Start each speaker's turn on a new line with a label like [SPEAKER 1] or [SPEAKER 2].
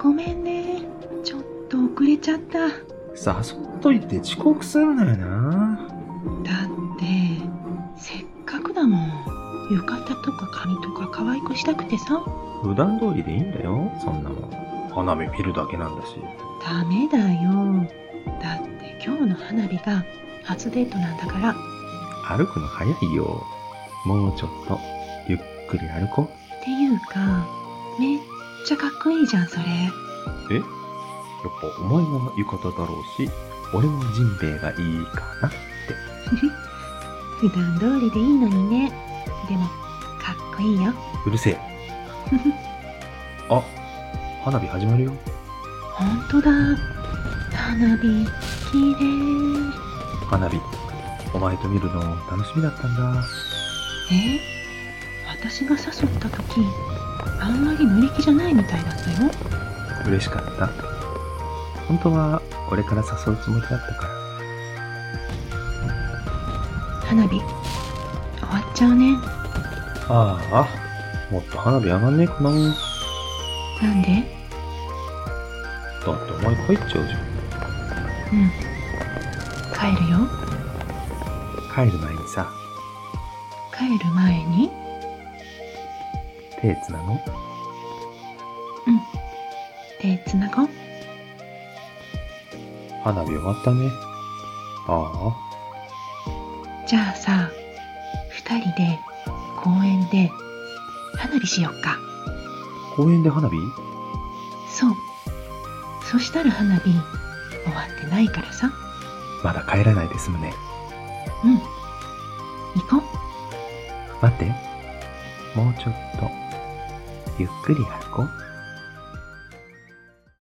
[SPEAKER 1] ごめんね。ちょっと遅れちゃった。だ
[SPEAKER 2] 誘っといて遅刻すんだよな。
[SPEAKER 1] って、せっかくだもん。浴衣とか髪とか可愛くしたくてさ。
[SPEAKER 2] 普段通りでいいんだよ、そんなもん。花火見るだけなんだし。
[SPEAKER 1] ダメだよ。だって今日の花火が初デートなんだから。
[SPEAKER 2] 歩くの早いよ。もうちょっと、ゆっくり歩こ
[SPEAKER 1] っていうか、めっちゃかっこいいじゃん、それ。
[SPEAKER 2] う。えやっぱお前は浴衣だろうし、俺もジンベエがいいかな。
[SPEAKER 1] 普段通りでいいのにね。でも、かっこいいよ。
[SPEAKER 2] うるせえ。あ、花火始まるよ。
[SPEAKER 1] ほんとだ。花火、きれい。
[SPEAKER 2] 花火。お前と見るの楽しみだったんだ。
[SPEAKER 1] え私が誘った時、あんまり乗り気じゃないみたいだったよ。
[SPEAKER 2] 嬉しかった。本当は俺から誘うつもりだったから。
[SPEAKER 1] 花火、終わっちゃうね。
[SPEAKER 2] ああ、もっと花火上がんねえかな。だ
[SPEAKER 1] なんで
[SPEAKER 2] ってお前帰っちゃうじ
[SPEAKER 1] うん。帰るよ。
[SPEAKER 2] ゃん。帰る前にさ、
[SPEAKER 1] 帰る前に
[SPEAKER 2] 手つなの
[SPEAKER 1] 手つなごう。
[SPEAKER 2] 花火終わったね。あ
[SPEAKER 1] じゃあさ、二人で公園で花火しよっか。
[SPEAKER 2] あ、公園で花火
[SPEAKER 1] そう。そしたら花火終わってないからさ。
[SPEAKER 2] まだ帰らないで済むね。
[SPEAKER 1] うん。行こ
[SPEAKER 2] 待って。もうちょっと、ゆっくり歩こう。